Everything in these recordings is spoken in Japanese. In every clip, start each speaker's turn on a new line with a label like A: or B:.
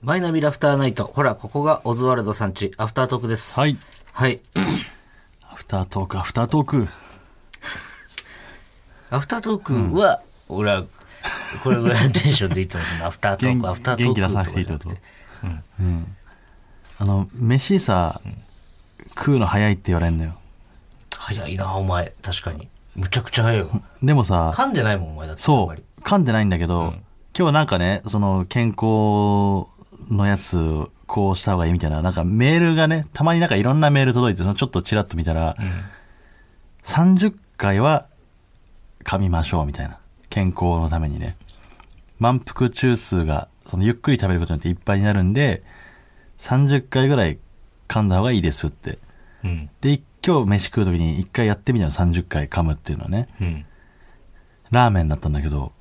A: マイナビラフターナイト。ほら、ここがオズワルドさんち、アフタートークです。
B: はい。
A: はい。
B: アフタートーク、アフタートーク。
A: アフタートークは、俺は、これぐらいの テンションで言ってますね。アフタートー
B: 元
A: ク、アフタートーク。
B: 元気出さなくていいってこと
A: と
B: う
A: かじ
B: ん
A: ゃなくて。
B: あの、飯さ、食うの早いって言われんのよ。
A: 早いな、お前。確かに。むちゃくちゃ早いわ。
B: でもさ、
A: 噛んでないもん、お前だって。あん
B: そ
A: まり
B: う、噛んでないんだけど、今日なんかね、その健康のやつ、こうした方がいいみたいな、なんかメールがね、たまになんかいろんなメール届いて、そのちょっとチラッと見たら、30回は噛みましょうみたいな。健康のためにね。満腹中枢が、そのゆっくり食べることによっていっぱいになるんで、30回ぐらい噛んだ方がいいですって。
A: うん。
B: で、今日飯食う時に一回やってみたの30回噛むっていうのはね。
A: うん。
B: ラーメンだったんだけど、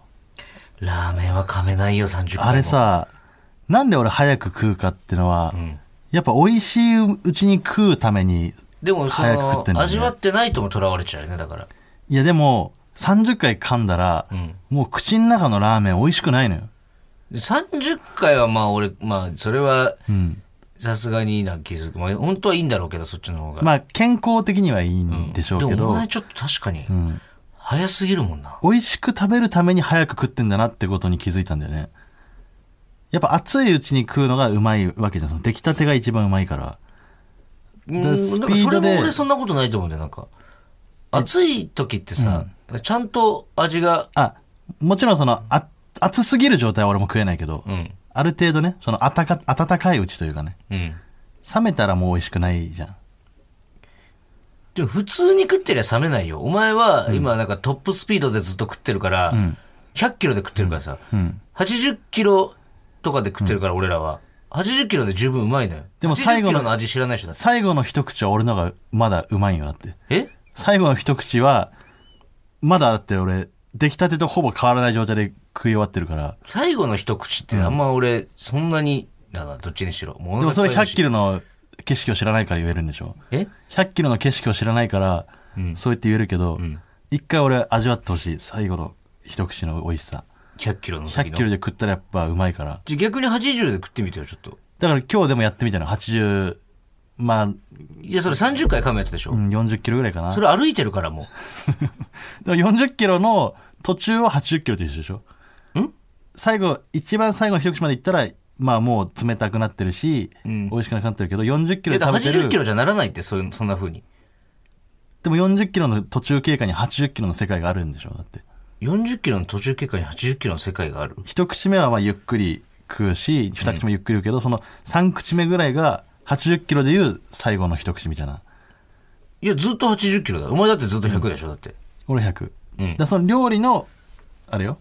A: ラーメンは噛めないよ、30分。
B: あれ。さ、なんで俺早く食うかってのは、
A: うん。
B: やっぱ美味しいうちに食うために、
A: でも、そ
B: 早く食
A: の
B: ってん、だよね
A: 味わってないとも囚われちゃうよね、だから。
B: いやでも、30回噛んだら、
A: うん。
B: もう口の中のラーメン美味しくないのよ。
A: 30回はまあ俺、まあそれは
B: うん。
A: さすがにいいな気づく。まあ本当はいいんだろうけど、そっちの方が。
B: まあ、健康的にはいいんでしょうけ
A: でもお
B: ど、
A: 前ちょっと確かに
B: う、ん。
A: 早すぎるもんな。
B: 美味しく食べるために早く食ってんだなってことに気づいたんだよね。やっぱ熱いうちに食うのがうまいわけじゃん。その出来たてが一番うまいから。
A: うん、
B: だ
A: な
B: から
A: ん
B: スピード
A: かそれも
B: で
A: 俺そんなことないと思うんだよ、なんか。暑い時ってさ、ちゃんと味が、
B: あ、もちろんその、あ、熱すぎる状態は俺も食えないけど、
A: うん、
B: ある程度ね、そのあたか、温かいうちというかね、
A: うん。
B: 冷めたらもう美味しくないじゃん。
A: でも普通に食ってりゃ冷めないよ。お前は今なんかトップスピードでずっと食ってるから、
B: ん
A: 100キロで食ってるからさ、
B: うん。
A: 80キロとかで食ってるから俺らは、80キロで十分うまいのよ。
B: でも最後
A: 80
B: の
A: キロの味知らない人だって
B: 最後の一口は俺のがまだうまいよだって。
A: え
B: 最後の一口は、まだだって俺、出来たてとほぼ変わらない状態で食い終わってるから。
A: 最後の一口ってあんま俺、そんなに、だな、どっちにしろ。もう
B: でもそれ100キ
A: ロ。
B: ロの景色を知らないから言えるんでしょ
A: え
B: ?100 キロの景色を知らないから、そう言って言えるけど、一回俺味わってほしい。最後の一口の美味しさ。
A: ?100 キロの時
B: 100
A: の。
B: キロで食ったらやっぱうまいから。
A: じゃ逆に80で食ってみてよ、ちょっと。
B: だから今日でもやってみたの。80、まあ、うん
A: いや、それ30回噛むやつでしょ、
B: 40キロぐらいかな。
A: それ歩いてる からもう。
B: でも40キロの途中は80キロと一緒でしょ最後、一番最後の一口まで行ったら、まあもう冷たくなってるし、美味しくなくなってるけど、40キ
A: い
B: ロ
A: や、
B: で
A: だか
B: 食
A: ら
B: べてる。
A: 80キロじゃならないって、そういう、そんな風に。
B: でも40キロの途中経過に80キロの世界があるんでしょだって。
A: 40キロの途中経過に80キロの世界がある。
B: 一口目はまあゆっくり食うし、二口目ゆっくり食うけど、その三口目ぐらいが80キロでいう最後の一口みたいな。
A: いや、ずっと80キロだ。お前だってずっと100でしょ、だって。
B: 俺100。
A: うん
B: だからその料理の、あれよ、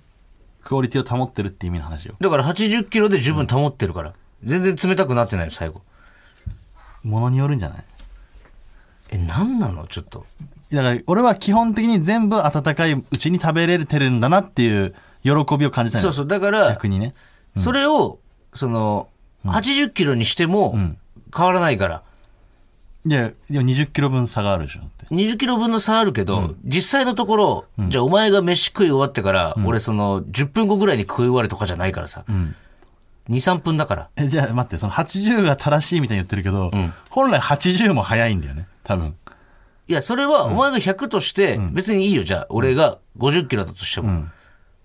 B: クオリティを保ってるって意味の話よ。
A: だから80キロで十分保ってるから。全然冷たくなってないの、最後。
B: ものによるんじゃない
A: え、なんなのちょっと。
B: だから、俺は基本的に全部温かいうちに食べれてるんだなっていう喜びを感じたん
A: そう
B: よ
A: そう、だから、
B: 逆にね。
A: それを、その、80キロにしても変わらないから、
B: いや、でも20キロ分差があるでしょだって。
A: 20キロ分の差あるけど、実際のところ、じゃあお前が飯食い終わってから、俺その10分後ぐらいに食い終わるとかじゃないからさ、2、3分だから。
B: え、じゃあ待って、その80が正しいみたいに言ってるけど、本来80も早いんだよね、多分。
A: いや、それはお前が100として、別にいいよ、じゃあ俺が50キロだとしても。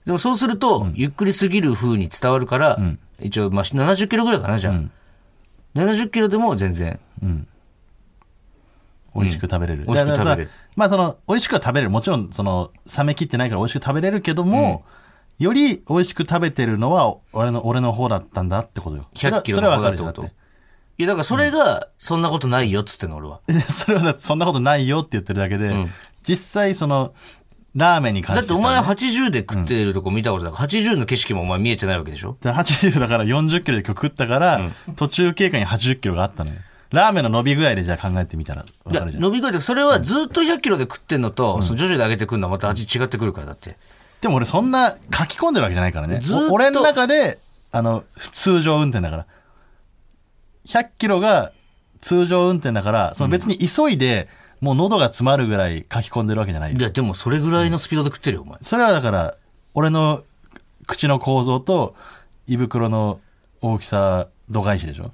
A: でもそうすると、ゆっくりすぎる風に伝わるから、一応、まあ、70キロぐらいかな、じゃあ。70キロでも全然。
B: 美味しく食べれる。
A: 美味しく食べれる
B: だからだからまあその、美味しくは食べれる。もちろん、その、冷めきってないから美味しく食べれるけども、より美味しく食べてるのは、俺の、俺の方だったんだってことよ。それは
A: 100キロの方だって
B: それは
A: こ
B: 分か
A: と。
B: る
A: い
B: よ
A: や、だからそれが、そんなことないよっつってんの、俺は。
B: だって それはだってそんなことないよって言ってるだけで、実際その、ラーメンに関
A: だ
B: し
A: ってて
B: 言
A: お
B: ったら
A: 前
B: ね
A: 80で食ってるとこ見たことだから、80の景色もお前見えてないわけでしょ
B: で80だから40キロで今日食ったから、途中経過に80キロがあったのよ。ラーメンの伸び具合でじゃあ考えてみたら
A: い
B: わか
A: や、
B: るじゃん。
A: 伸び越えて、それはずっと100キロで食ってんのと、その徐々に上げてくるのはまた味違ってくるから、だって。
B: でも俺そんな書き込んでるわけじゃないからね
A: ずっ。と
B: お俺の中で、あの、通常運転だから。100キロが通常運転だから、その別に急いで、もう喉が詰まるぐらい書き込んでるわけじゃないよ
A: い。や、でもそれぐらいのスピードで食ってるよ、お前。
B: それはだから、俺の口の構造と胃袋の大きさ度外視でしょ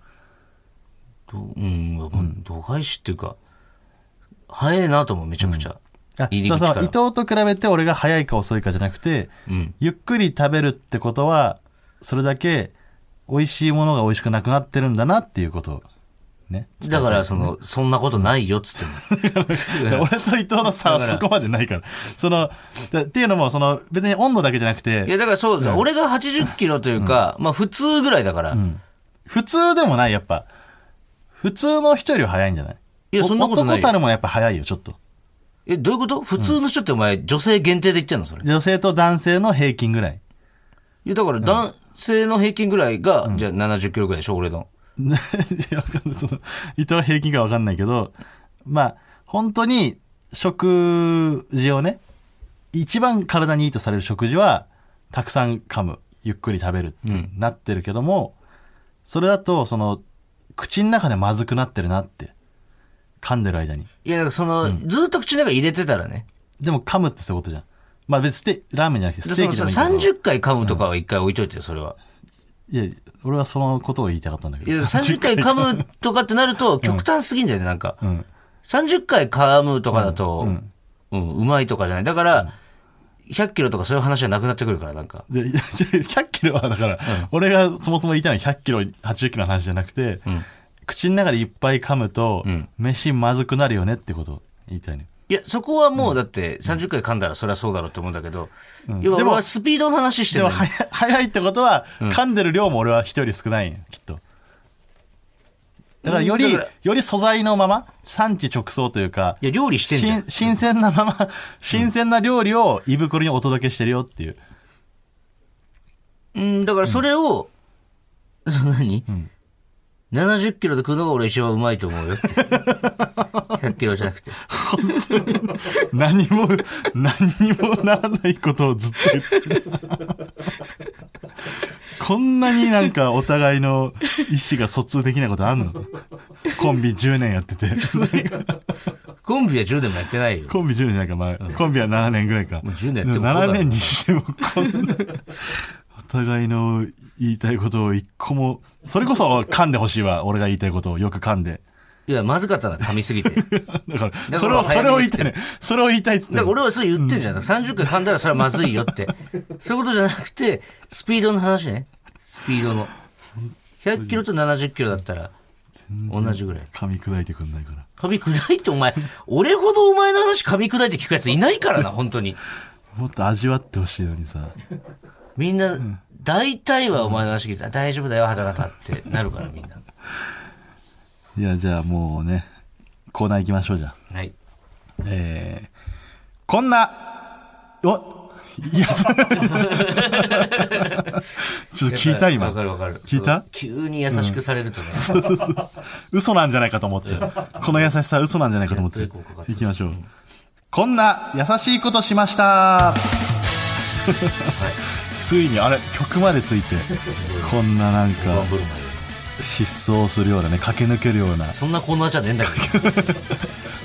A: どうん、わかんない度外視っていうか、早いなと思う、めちゃくちゃ。
B: あ
A: 入り
B: そう
A: 口
B: そ
A: か
B: う
A: ら
B: 伊藤と比べて俺が早いか遅いかじゃなくて、ゆっくり食べるってことはそれだけ美味しいものが美味しくなくなってるんだなっていうことをね
A: だから、その、そんなことないよっつっても
B: で 俺と伊藤の差はそこまでないからそのだっていうのもその別に温度だけじゃなく
A: い
B: て
A: や、だからそうだ、俺が80キロというか、まあ普通ぐらいだから。
B: 普通でもないやっぱ普通の人よりは早いんじゃない
A: いやそんなことないよ
B: 男たるもやっぱ早いよちょっと
A: え、どういうこと普通の人ってお前、女性限定で言ってんのそれ。い
B: 女性と男性の平均ぐらい
A: や、だから男性の平均ぐらいが、じゃあ70キロぐらいでしょ、俺の。
B: ねいやわかんない。その、伊藤は平均かわかんないけど、まあ、本当に、食事をね、一番体にいいとされる食事は、たくさん噛む、ゆっくり食べるってなってるけども、それだと、その、口の中でまずくなってるなって、噛んでる間に。
A: いや、だからその、ずっと口の中入れてたらね。
B: でも噛むってそういうことじゃん。まあ別にステラーメンじゃなくて
A: でそ
B: ステー
A: の
B: キで
A: さ
B: もいいけど。
A: 30回噛むとかは一回置いといてよ、それは。
B: いや、俺はそのことを言いたかったんだけ
A: い
B: ど。
A: や、30回噛むとかってなると、極端すぎんだよね、なんか。
B: ん
A: 30回噛むとかだと、うん、うまいとかじゃない。だから、100キロとかそういう話はなくなってくるから、なんか。
B: で、い や100キロはだから、俺がそもそも言いたいのは100キロ、80キロの話じゃなくて、口の中でいっぱい噛むと、飯まずくなるよねってことを言いたいの、
A: いや、そこはもうだって、30回噛んだらそりゃそうだろうって思うんだけど、要は
B: で
A: 俺
B: も
A: はスピードの話してる
B: でも、早い早いってことは、噛んでる量も俺は人より少ないんよきっと。だから、
A: う
B: よ
A: ん
B: り、
A: だから
B: より素材のまま、産地直送というか
A: い、や、料理してんじゃん。
B: 新新鮮なまま、新鮮な料理を胃袋にお届けしてるよっていう。
A: うん、だからそれを、その何、70キロで食うのが俺一番うまいと思うよ って。100キロじゃなくて。
B: 何も、何にもならないことをずっと言ってる。こんなになんかお互いの意思が疎通できないことあんのコンビ10年やってて。
A: コンビは10年もやってないよ。
B: コンビ10年じゃないか、まあ、コンビは7年ぐらいか。
A: う10年やってもこうだろ
B: 7年にしてもこんな、お互いの言いたいことを一個も、それこそ噛んでほしいわ。俺が言いたいことをよく噛んで。
A: いや、まずかったな、噛みす ぎて。だか
B: だから、それを、それを言いたいね。それを言いたいっつってん
A: ら
B: の。
A: 俺はそれ言ってんじゃん。30回噛んだらそれはまずいよ って。そういうことじゃなくて、スピードの話ね。スピードの。100キロと70キロだったら、同じぐらい。
B: 噛み砕いてくんないから。
A: 噛み砕いてお前、俺ほどお前の話噛み砕いて聞くやついないからな、本当に。
B: もっと味わってほしいのにさ。
A: みんな、大体はお前の話聞いたら大丈夫だよ、畑中ってなるからみんな。
B: いや、じゃあもうね、コーナー行きましょうじゃあ。
A: はい。
B: えー、こんな、おいや、ちょっと 聞いた
A: わ
B: 今。
A: かるわかる。
B: 聞いた
A: そう急に優しくされるとね。
B: 嘘なんじゃないかと思っちゃう。この優しさは嘘なんじゃないかと思っちゃ
A: や
B: う
A: っといこうか。
B: 行きましょう。こんな優しいことしました、ついに、あれ、曲までついて、こんななんか
A: ワンブルマン
B: 失踪するようなね、駆け抜けるような、
A: そんなコーナーじゃねえんだ けど。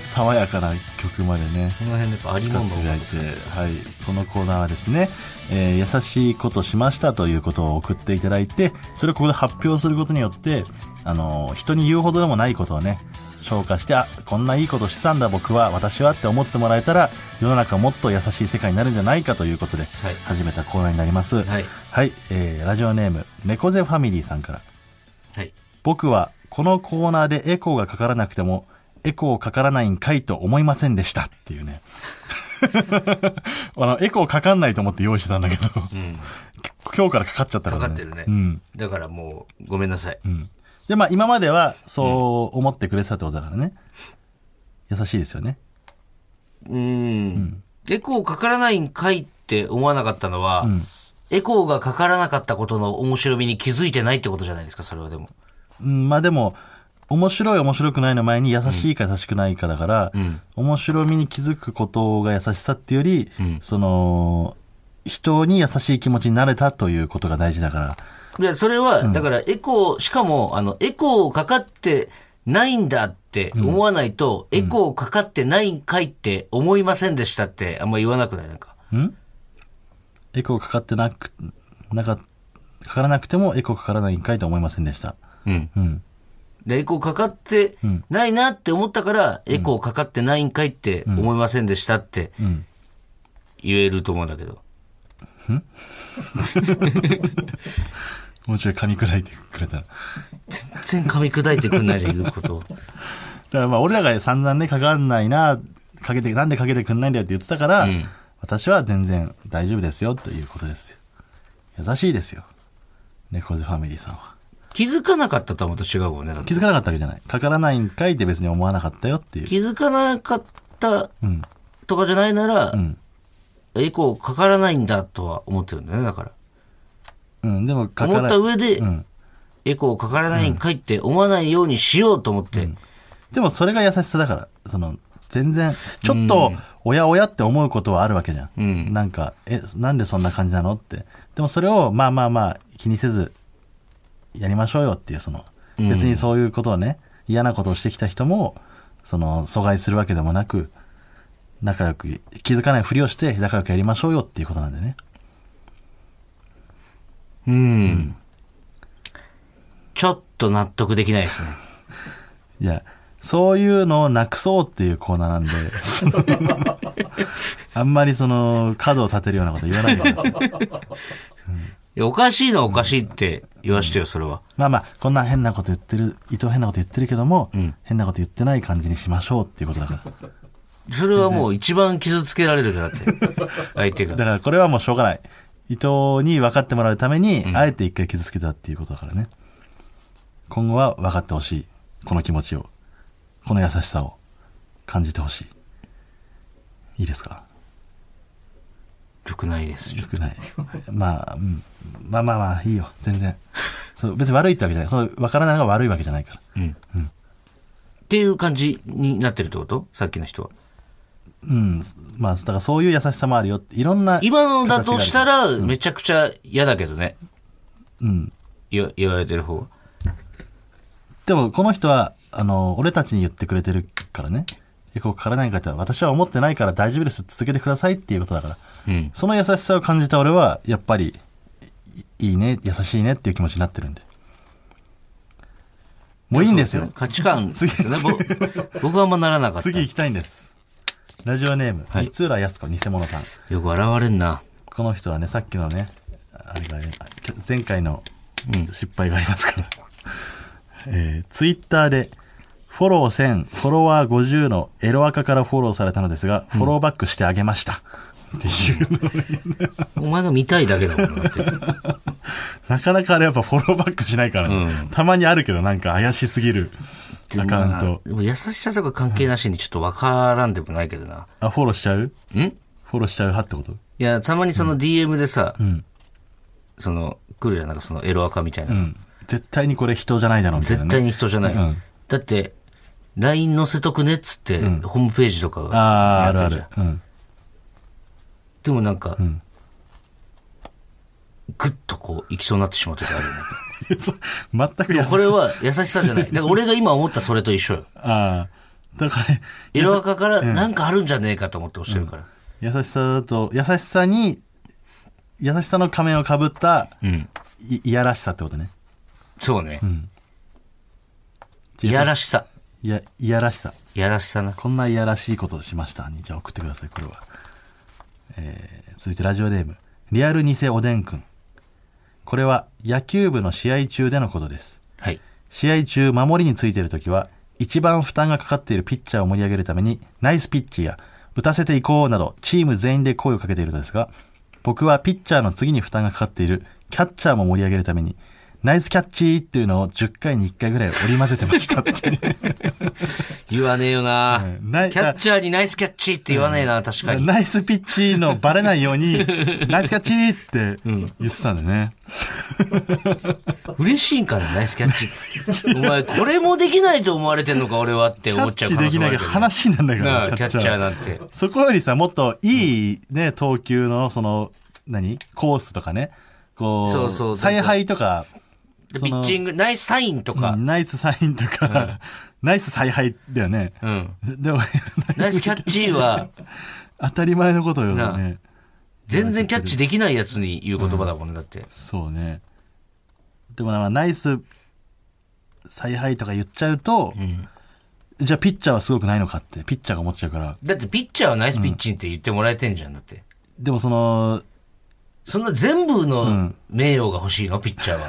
B: 爽やかな曲までね。
A: その辺でやっぱあり
B: 使
A: も
B: っ
A: んの
B: ていただいて、はい、このコーナーはですね、えー優しいことしましたということを送っていただいて、それをここで発表することによって、あのー人に言うほどでもないことをね、消化して、あ、こんないいことしてたんだ僕は、私はって思ってもらえたら、世の中もっと優しい世界になるんじゃないかということで
A: い、
B: 始めたコーナーになります。
A: はい
B: はい、えーラジオネーム、猫背ファミリーさんから。
A: はい。
B: 僕はこのコーナーでエコーがかからなくても、エコーかからないんかいと思いませんでしたっていうね。 あの、エコーかかんないと思って用意してたんだけど、
A: うん。
B: 今日からかかっちゃったか
A: か
B: らね。
A: かってるね
B: うん。
A: だからもう、ごめんなさい。
B: うん。で、まあ今まではそう思ってくれてたってことだからね。優しいですよね。
A: うん。エコーかからないんかいって思わなかったのは、エコーがかからなかったことの面白みに気づいてないってことじゃないですか、それはでも。
B: うん、まあでも、面白い面白くないの前に優しいか優しくないかだから、面白みに気づくことが優しさっていうより、その、人に優しい気持ちになれたということが大事だから、
A: で、それは、だから、エコー、しかも、あの、エコーかかってないんだって思わないと、エコーかかってないんかいって思いませんでしたって、あんま言わなくないなんか。
B: エコーかかってなく、なんか、かからなくてもエコーかからないんかいと思いませんでした。
A: うん。
B: うん。
A: で、エコーかかってないなって思ったから、エコーかかってないんかいって思いませんでしたって言えると思うんだけど。
B: もうちょい噛み砕いてくれたら。だ
A: 全然噛み砕いてくんないで言うこと。
B: からまあ俺らが散々ね、かかんないな、かけて、なんでかけてくんないんだよって言ってたから、
A: うん
B: 私は全然大丈夫ですよということですよ。優しいですよ。猫背ファミリーさんは。
A: 気づかなかったとはまた違うもんね。だって
B: 気づかなかったわけじゃない。かからないんかいって別に思わなかったよっていう。
A: 気づかなかったとかじゃないなら、エコーかからないんだとは思ってるんだよね、だから。
B: うん、でもか
A: 思
B: か
A: っ
B: ら
A: た、上で、エコーかからないんかいって思わないようにしようと思って。
B: でもそれが優しさだから、その、全然、ちょっと、おやおやって思うことはあるわけじゃん。
A: うん
B: なんか、え、なんでそんな感じなのって。でもそれを、まあまあまあ、気にせず、やりましょうよっていう、その、別にそういうことをね、嫌なことをしてきた人も、その、阻害するわけでもなく、仲良く、気づかないふりをして、仲良くやりましょうよっていうことなんでね。
A: うん。ちょっと納得できないですね。
B: いや、そういうのをなくそうっていうコーナーなんで、その あんまりその、角を立てるようなこと言わないでください。
A: いやおかしいのはおかしいって言わしてよ、それは。
B: まあまあ、こんな変なこと言ってる、伊藤変なこと言ってるけども、
A: ん
B: 変なこと言ってない感じにしましょうっていうこと だから。
A: それはもう一番傷つけられるじゃん、だ って。相手
B: だ
A: が。
B: からこれはもうしょうがない。伊藤に分かってもらうために、あえて一回傷つけたっていうことだからね。今後は分かってほしい。この気持ちを。この優しさを感じてほしい。いいですか
A: 良くないです。
B: よくない。まあ、うん、まあまあまあ、いいよ。全然。そう、別に悪いってわけじゃない。その、わからないのが悪いわけじゃないから。
A: うん。っていう感じになってるってことさっきの人は。
B: うん。まあ、だからそういう優しさもあるよ。いろんな。
A: 今のだとしたら、めちゃくちゃ嫌だけどね。
B: うん。
A: 言わ言われてる方は。
B: でも、この人は、あの、俺たちに言ってくれてるからね。え、こうかからないかって、私は思ってないから大丈夫です。続けてくださいっていうことだから。
A: うん。
B: その優しさを感じた俺は、やっぱり、いいいね、優しいねっていう気持ちになってるんで。もういいんですよ。
A: 価値 観ですよね。ぼ僕はあんまならなかった。
B: 次行きたいんです。ラジオネーム、
A: はい
B: 三浦康子、偽物さん。
A: よく現れんな。
B: この人はね、さっきのね、あれがね、あ前回の失敗がありますから。えー、ツイッターで、フォロー1000、フォロワー50のエロアカからフォローされたのですが、フォローバックしてあげました。っていう、
A: お前が見たいだけだもんな って。
B: なかなかあれやっぱフォローバックしないから、
A: うん
B: たまにあるけどなんか怪しすぎるアカウン
A: まあ
B: ト。
A: でも優しさとか関係なしにちょっとわからんでもないけどな。
B: あ、フォローしちゃうん
A: い
B: フォローしちゃう派ってこと
A: や、たまにその DM でさ、その、来るじゃん、なんかそのエロアカみたいな。
B: うん。絶対にこれ人じゃないだろうみたいな、
A: 絶
B: ね。
A: 対に人じゃない。
B: うん
A: だって、LINE 載せとくねっつって、ホームページとかが
B: ああ、ある
A: や
B: あ
A: ってじゃ
B: る
A: ん。
B: うん。
A: でもなんか、ぐっとこう、いきそうになってしまう時あるよね。
B: いやそう全く優し
A: これは優しさじゃない。だから俺が今思ったそれと一緒 よ。
B: ああ。だから、
A: エロアカからなんかあるんじゃねえかと思って押してるから。
B: 優しさだと、優しさに、優しさの仮面をかぶった、
A: うん。
B: い、いやらしさってことね。
A: そうね。いやらしさ。
B: いや、いやらしさ。
A: いやらしさな。
B: こんないやらしいことをしましたに、じゃあ送ってください、これは。えー、続いてラジオネーム。リアル偽おでんくん。これは野球部の試合中でのことです。
A: はい。
B: 試合中、守りについているときは、一番負担がかかっているピッチャーを盛り上げるために、ナイスピッチや、打たせていこうなど、チーム全員で声をかけているのですが、僕はピッチャーの次に負担がかかっている、キャッチャーも盛り上げるために、ナイスキャッチーっていうのを10回に1回ぐらい織り交ぜてました って。
A: 言わねえよな
B: うんない
A: キャッチャーにナイスキャッチって言わねえな、確かに。
B: ナイスピッチーのバレないよ うに、ナイスキャッチーって言ってたんだね。
A: 嬉しいんかな、ナイスキャッ チ。お前、これもできないと思われてんのか、俺はって
B: キャ
A: 思
B: ッ
A: っちゃう
B: チ
A: 可
B: で
A: 能性
B: き
A: もあ
B: なきゃ
A: るけど
B: 話にならないから
A: なあ、キャッチャーなんて。
B: そこよりさ、もっといいね、投球の、その、何コースとかね。こう、
A: そうそう
B: 采配とか、
A: で
B: そ
A: ピ
B: の
A: ッチング、ナイスサインとか、
B: ナイスサインとか、ナイス采配だよね。
A: うん。
B: でも、
A: ナイスキャッチは、
B: 当たり前のことよ
A: な
B: ね。
A: 全然キャッチできないやつに言う言葉だもんね、だって。
B: そうね。でも、まあナイス采配とか言っちゃうと、じゃあピッチャーはすごくないのかって、ピッチャーが思っちゃうから。
A: だってピッチャーはナイスピッチンって言ってもらえてんじゃん、だって。
B: でもその、
A: そんな全部の名誉が欲しいの、ピッチャーは。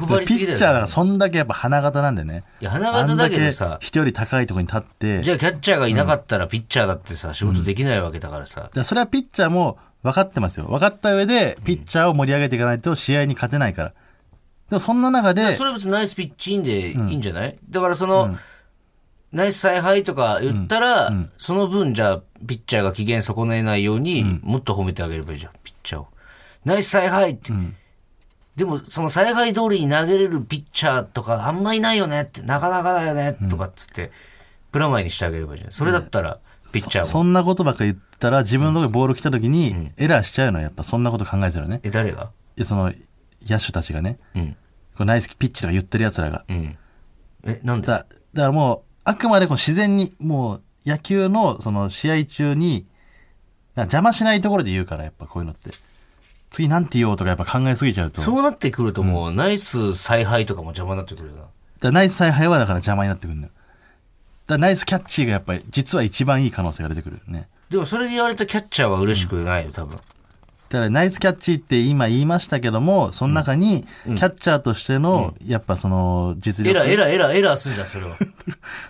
A: 欲張り
B: ピ
A: すぎだ
B: ッチャ
A: よ。
B: ーだからそんだけやっぱ花形なんでね。
A: いや花形だけどさ
B: あん人より高いところに立って、
A: じゃあキャッチャーがいなかったらピッチャーだってさ、仕事できないわけだからさ
B: だ。からそれはピッチャーも分かってますよ。分かった上で、ピッチャーを盛り上げていかないと試合に勝てないから。でもそんな中で
A: そ、れは別にナイスピッチンでいいんじゃない、だからその、ナイス采配とか言ったら、その分じゃあピッチャーが機嫌損ねないように、もっと褒めてあげればいいじゃん、ピッチャーを。ナイス采配って。でも、その采配通りに投げれるピッチャーとかあんまいないよねって、なかなかだよねとかっつって、プラマイにしてあげればいいじゃん。それだったら、ピッチャーも。
B: そんなことばっか言ったら、自分のとこにボール来た時に、エラーしちゃうのはやっぱそんなこと考えてるね。
A: え、誰が
B: いやその、野手たちがね、
A: うん。
B: こうナイスピッチとか言ってる奴らが。
A: うん。え、なんで
B: だだからもう、あくまでこう自然に、もう野球のその試合中に、なんか邪魔しないところで言うから、やっぱこういうのって。次なんて言おうとかやっぱ考えすぎちゃうと。だか
A: そうなってくるともう、ナイス采配とかも邪魔になってくるよな。
B: らナイス采配はだから邪魔になってくるのよ。だからナイスキャッチがやっぱり実は一番いい可能性が出てくるよね。
A: でもそれで言われたキャッチャーは嬉しくないよ、多分。
B: だからナイスキャッチって今言いましたけども、その中に、キャッチャーとしての、やっぱその実
A: エ
B: 力
A: ラー、エラー、エラー、エラーするんだ、そ れは。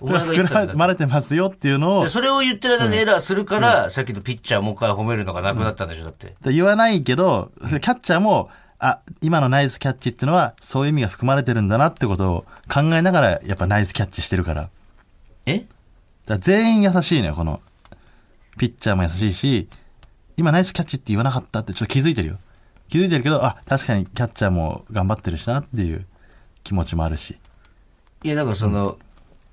A: お前が言ってたんだ
B: 含まれてますよっていうのを
A: で。それを言ってる間にエラーするから、さっきのピッチャーもう一回褒めるのがなくなったんでしょ、だって。
B: 言わないけど、キャッチャーも、あ、今のナイスキャッチってのは、そういう意味が含まれてるんだなってことを考えながら、やっぱナイスキャッチしてるから。だか
A: え
B: ら全員優しいのよ、この。ピッチャーも優しいし、今ナイスキャッチって言わなかったってちょっと気づいてるよ。気づいてるけど、あ、確かにキャッチャーも頑張ってるしなっていう気持ちもあるし。
A: いや、だからその、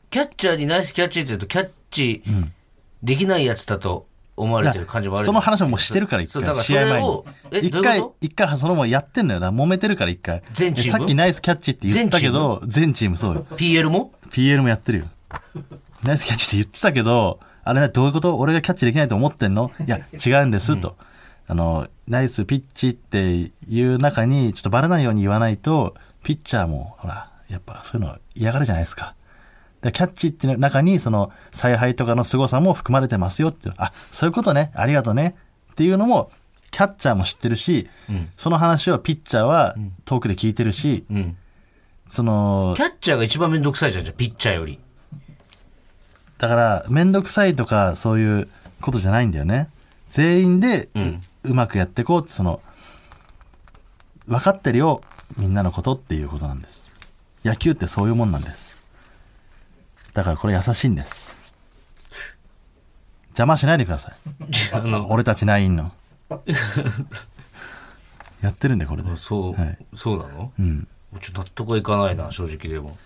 A: キャッチャーにナイスキャッチって言うと、キャッチできないやつだと思われてる感じもある
B: その話はもうしてるから、
A: そ
B: 一
A: うだ
B: 回。
A: から
B: 試合前に
A: それを。えど
B: 一
A: ういう
B: 回
A: こと、
B: 一回、そのもうやってんのよな。揉めてるから、一回。
A: 全チーム
B: えさっきナイスキャッチって言ったけど、全チームそうよ。
A: PL も
B: PL もやってる よ。ナイスキャッチって言ってたけど、あれね、どういうこと俺がキャッチできないと思ってん のいや、違うんです、と。あの、ナイスピッチっていう中に、ちょっとバレないように言わないと、ピッチャーも、ほら、やっぱそういうの嫌がるじゃないですか。だからキャッチっていう中に、その、采配とかの凄さも含まれてますよっていう。あ、そういうことね。ありがとうね。っていうのも、キャッチャーも知ってるし、その話をピッチャーはトークで聞いてるし、
A: うん。
B: その
A: キ、ャッチャーが一番めんどくさいじゃん、じゃあピッチャーより。
B: だから、めんどくさいとか、そういうことじゃないんだよね。全員で、うまくやっていこうって、その、分かってるよ、みんなのことっていうことなんです。野球ってそういうもんなんです。だからこれ優しいんです。邪魔しないでください。
A: あの、
B: 俺たちナインの。やってるんで、これで。
A: そう、
B: はい
A: そうなの
B: うん。
A: ちょっと納得はいかないな、正直でも。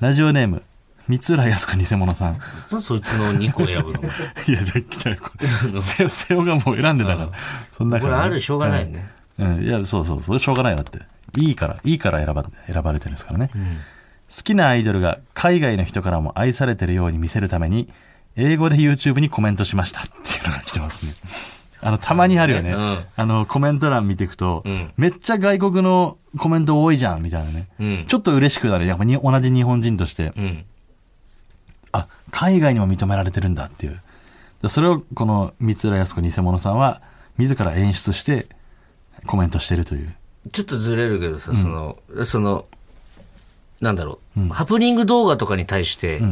B: ラジオネーム、三浦靖子偽物さん。
A: なんでそいつの2個選 ぶのこ
B: いや、だっきこれ、瀬尾瀬尾がもう選んでたから。そんな
A: れあるしょうがないよね。
B: うん、いや、そうそう、それしょうがないなって。いいから、いいから選ば選ばれてるんですからね、好きなアイドルが海外の人からも愛されてるように見せるために、英語で YouTube にコメントしましたっていうのが来てますね。あの、たまにあるよね。
A: うん
B: あの、コメント欄見ていくと、
A: ん
B: めっちゃ外国のコメント多いじゃん、みたいなね。
A: うん
B: ちょっと嬉しくなる。やっぱに同じ日本人として、
A: うん。
B: あ、海外にも認められてるんだっていう。でそれをこの三浦靖子偽物さんは、自ら演出してコメントしてるという。
A: ちょっとずれるけどさ、その、その、なんだろう、ハプニング動画とかに対して、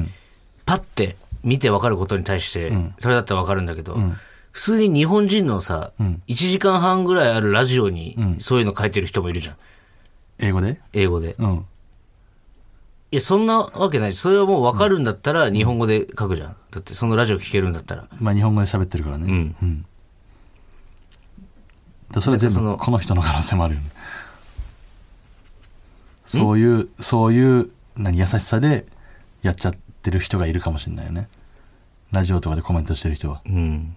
A: パッて見てわかることに対して、それだったらわかるんだけど、普通に日本人のさ、1時間半ぐらいあるラジオに、そういうの書いてる人もいるじゃん。
B: 英語で
A: 英語で。い
B: うん。
A: や、そんなわけない。それはもうわかるんだったら、日本語で書くじゃん。だって、そのラジオ聞けるんだったら。
B: まあ日本語で喋ってるからね。
A: ん
B: うん。だからそれ全
A: なんかその
B: 部この人の可能性もあるよね。そういう、そういう、何、優しさでやっちゃってる人がいるかもしれないよね。ラジオとかでコメントしてる人は。
A: うん。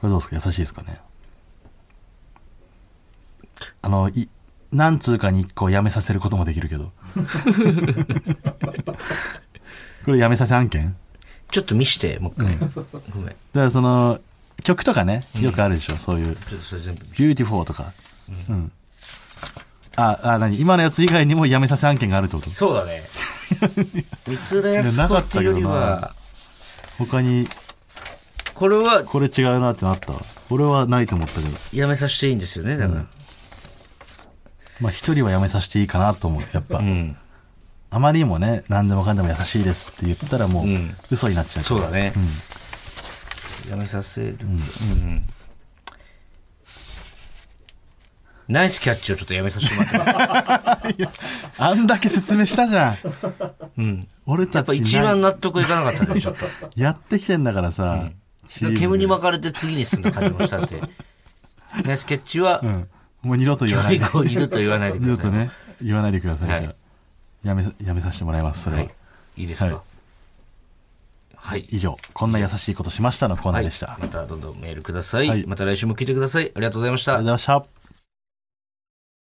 B: これどうですか優しいですかねあの、い、何通かに1個やめさせることもできるけ ど。これやめさせ案件
A: ちょっと見して、もう一回。ごめん。
B: だからその、曲とかね、よくあるでしょ、そういう。
A: ちょっとそれ全部見
B: ビューティフォーとか。うん。あ、あ、何今のやつ以外にも辞めさせ案件があるってこと
A: そうだ ね。三浦康子っていうより
B: なか
A: は、
B: 他に、
A: これは
B: これ違うなってなった。俺はないと思ったけど。
A: やめさせていいんですよね、だから。
B: まあ、一人は辞めさせていいかなと思う。やっぱ。
A: うん
B: あまりにもね、何でもかんでも優しいですって言ったらもう、嘘になっちゃう。
A: そうだね。やめさせる。うんナイスキャッチをちょっとやめさせてもら ってます。やっ
B: あんだけ説明したじゃん。俺た
A: ぱ
B: ち
A: 一
B: な
A: 番納得いかなかったね、ちょっと。
B: やってきてんだからさ、チ ームで
A: 煙に巻かれて次に進んだ感じもしたんで。ナイスキャッチは
B: う、んもう二度と言わな
A: 最
B: いで。
A: 後いると言わないでくだ
B: 二
A: さ
B: 度と
A: い。
B: ね、言わないでください。
A: はい
B: じゃあやめ、やめさせてもらいます、それ
A: は
B: は。
A: い。いいですか
B: はい
A: はい。
B: 以上、こんな優しいことしましたのコーナーでした。
A: はいまたどんどんメールください。
B: はい
A: また来週も聞いてください。ありがとうございまし
B: あ
A: た
B: りがとうござい。ました。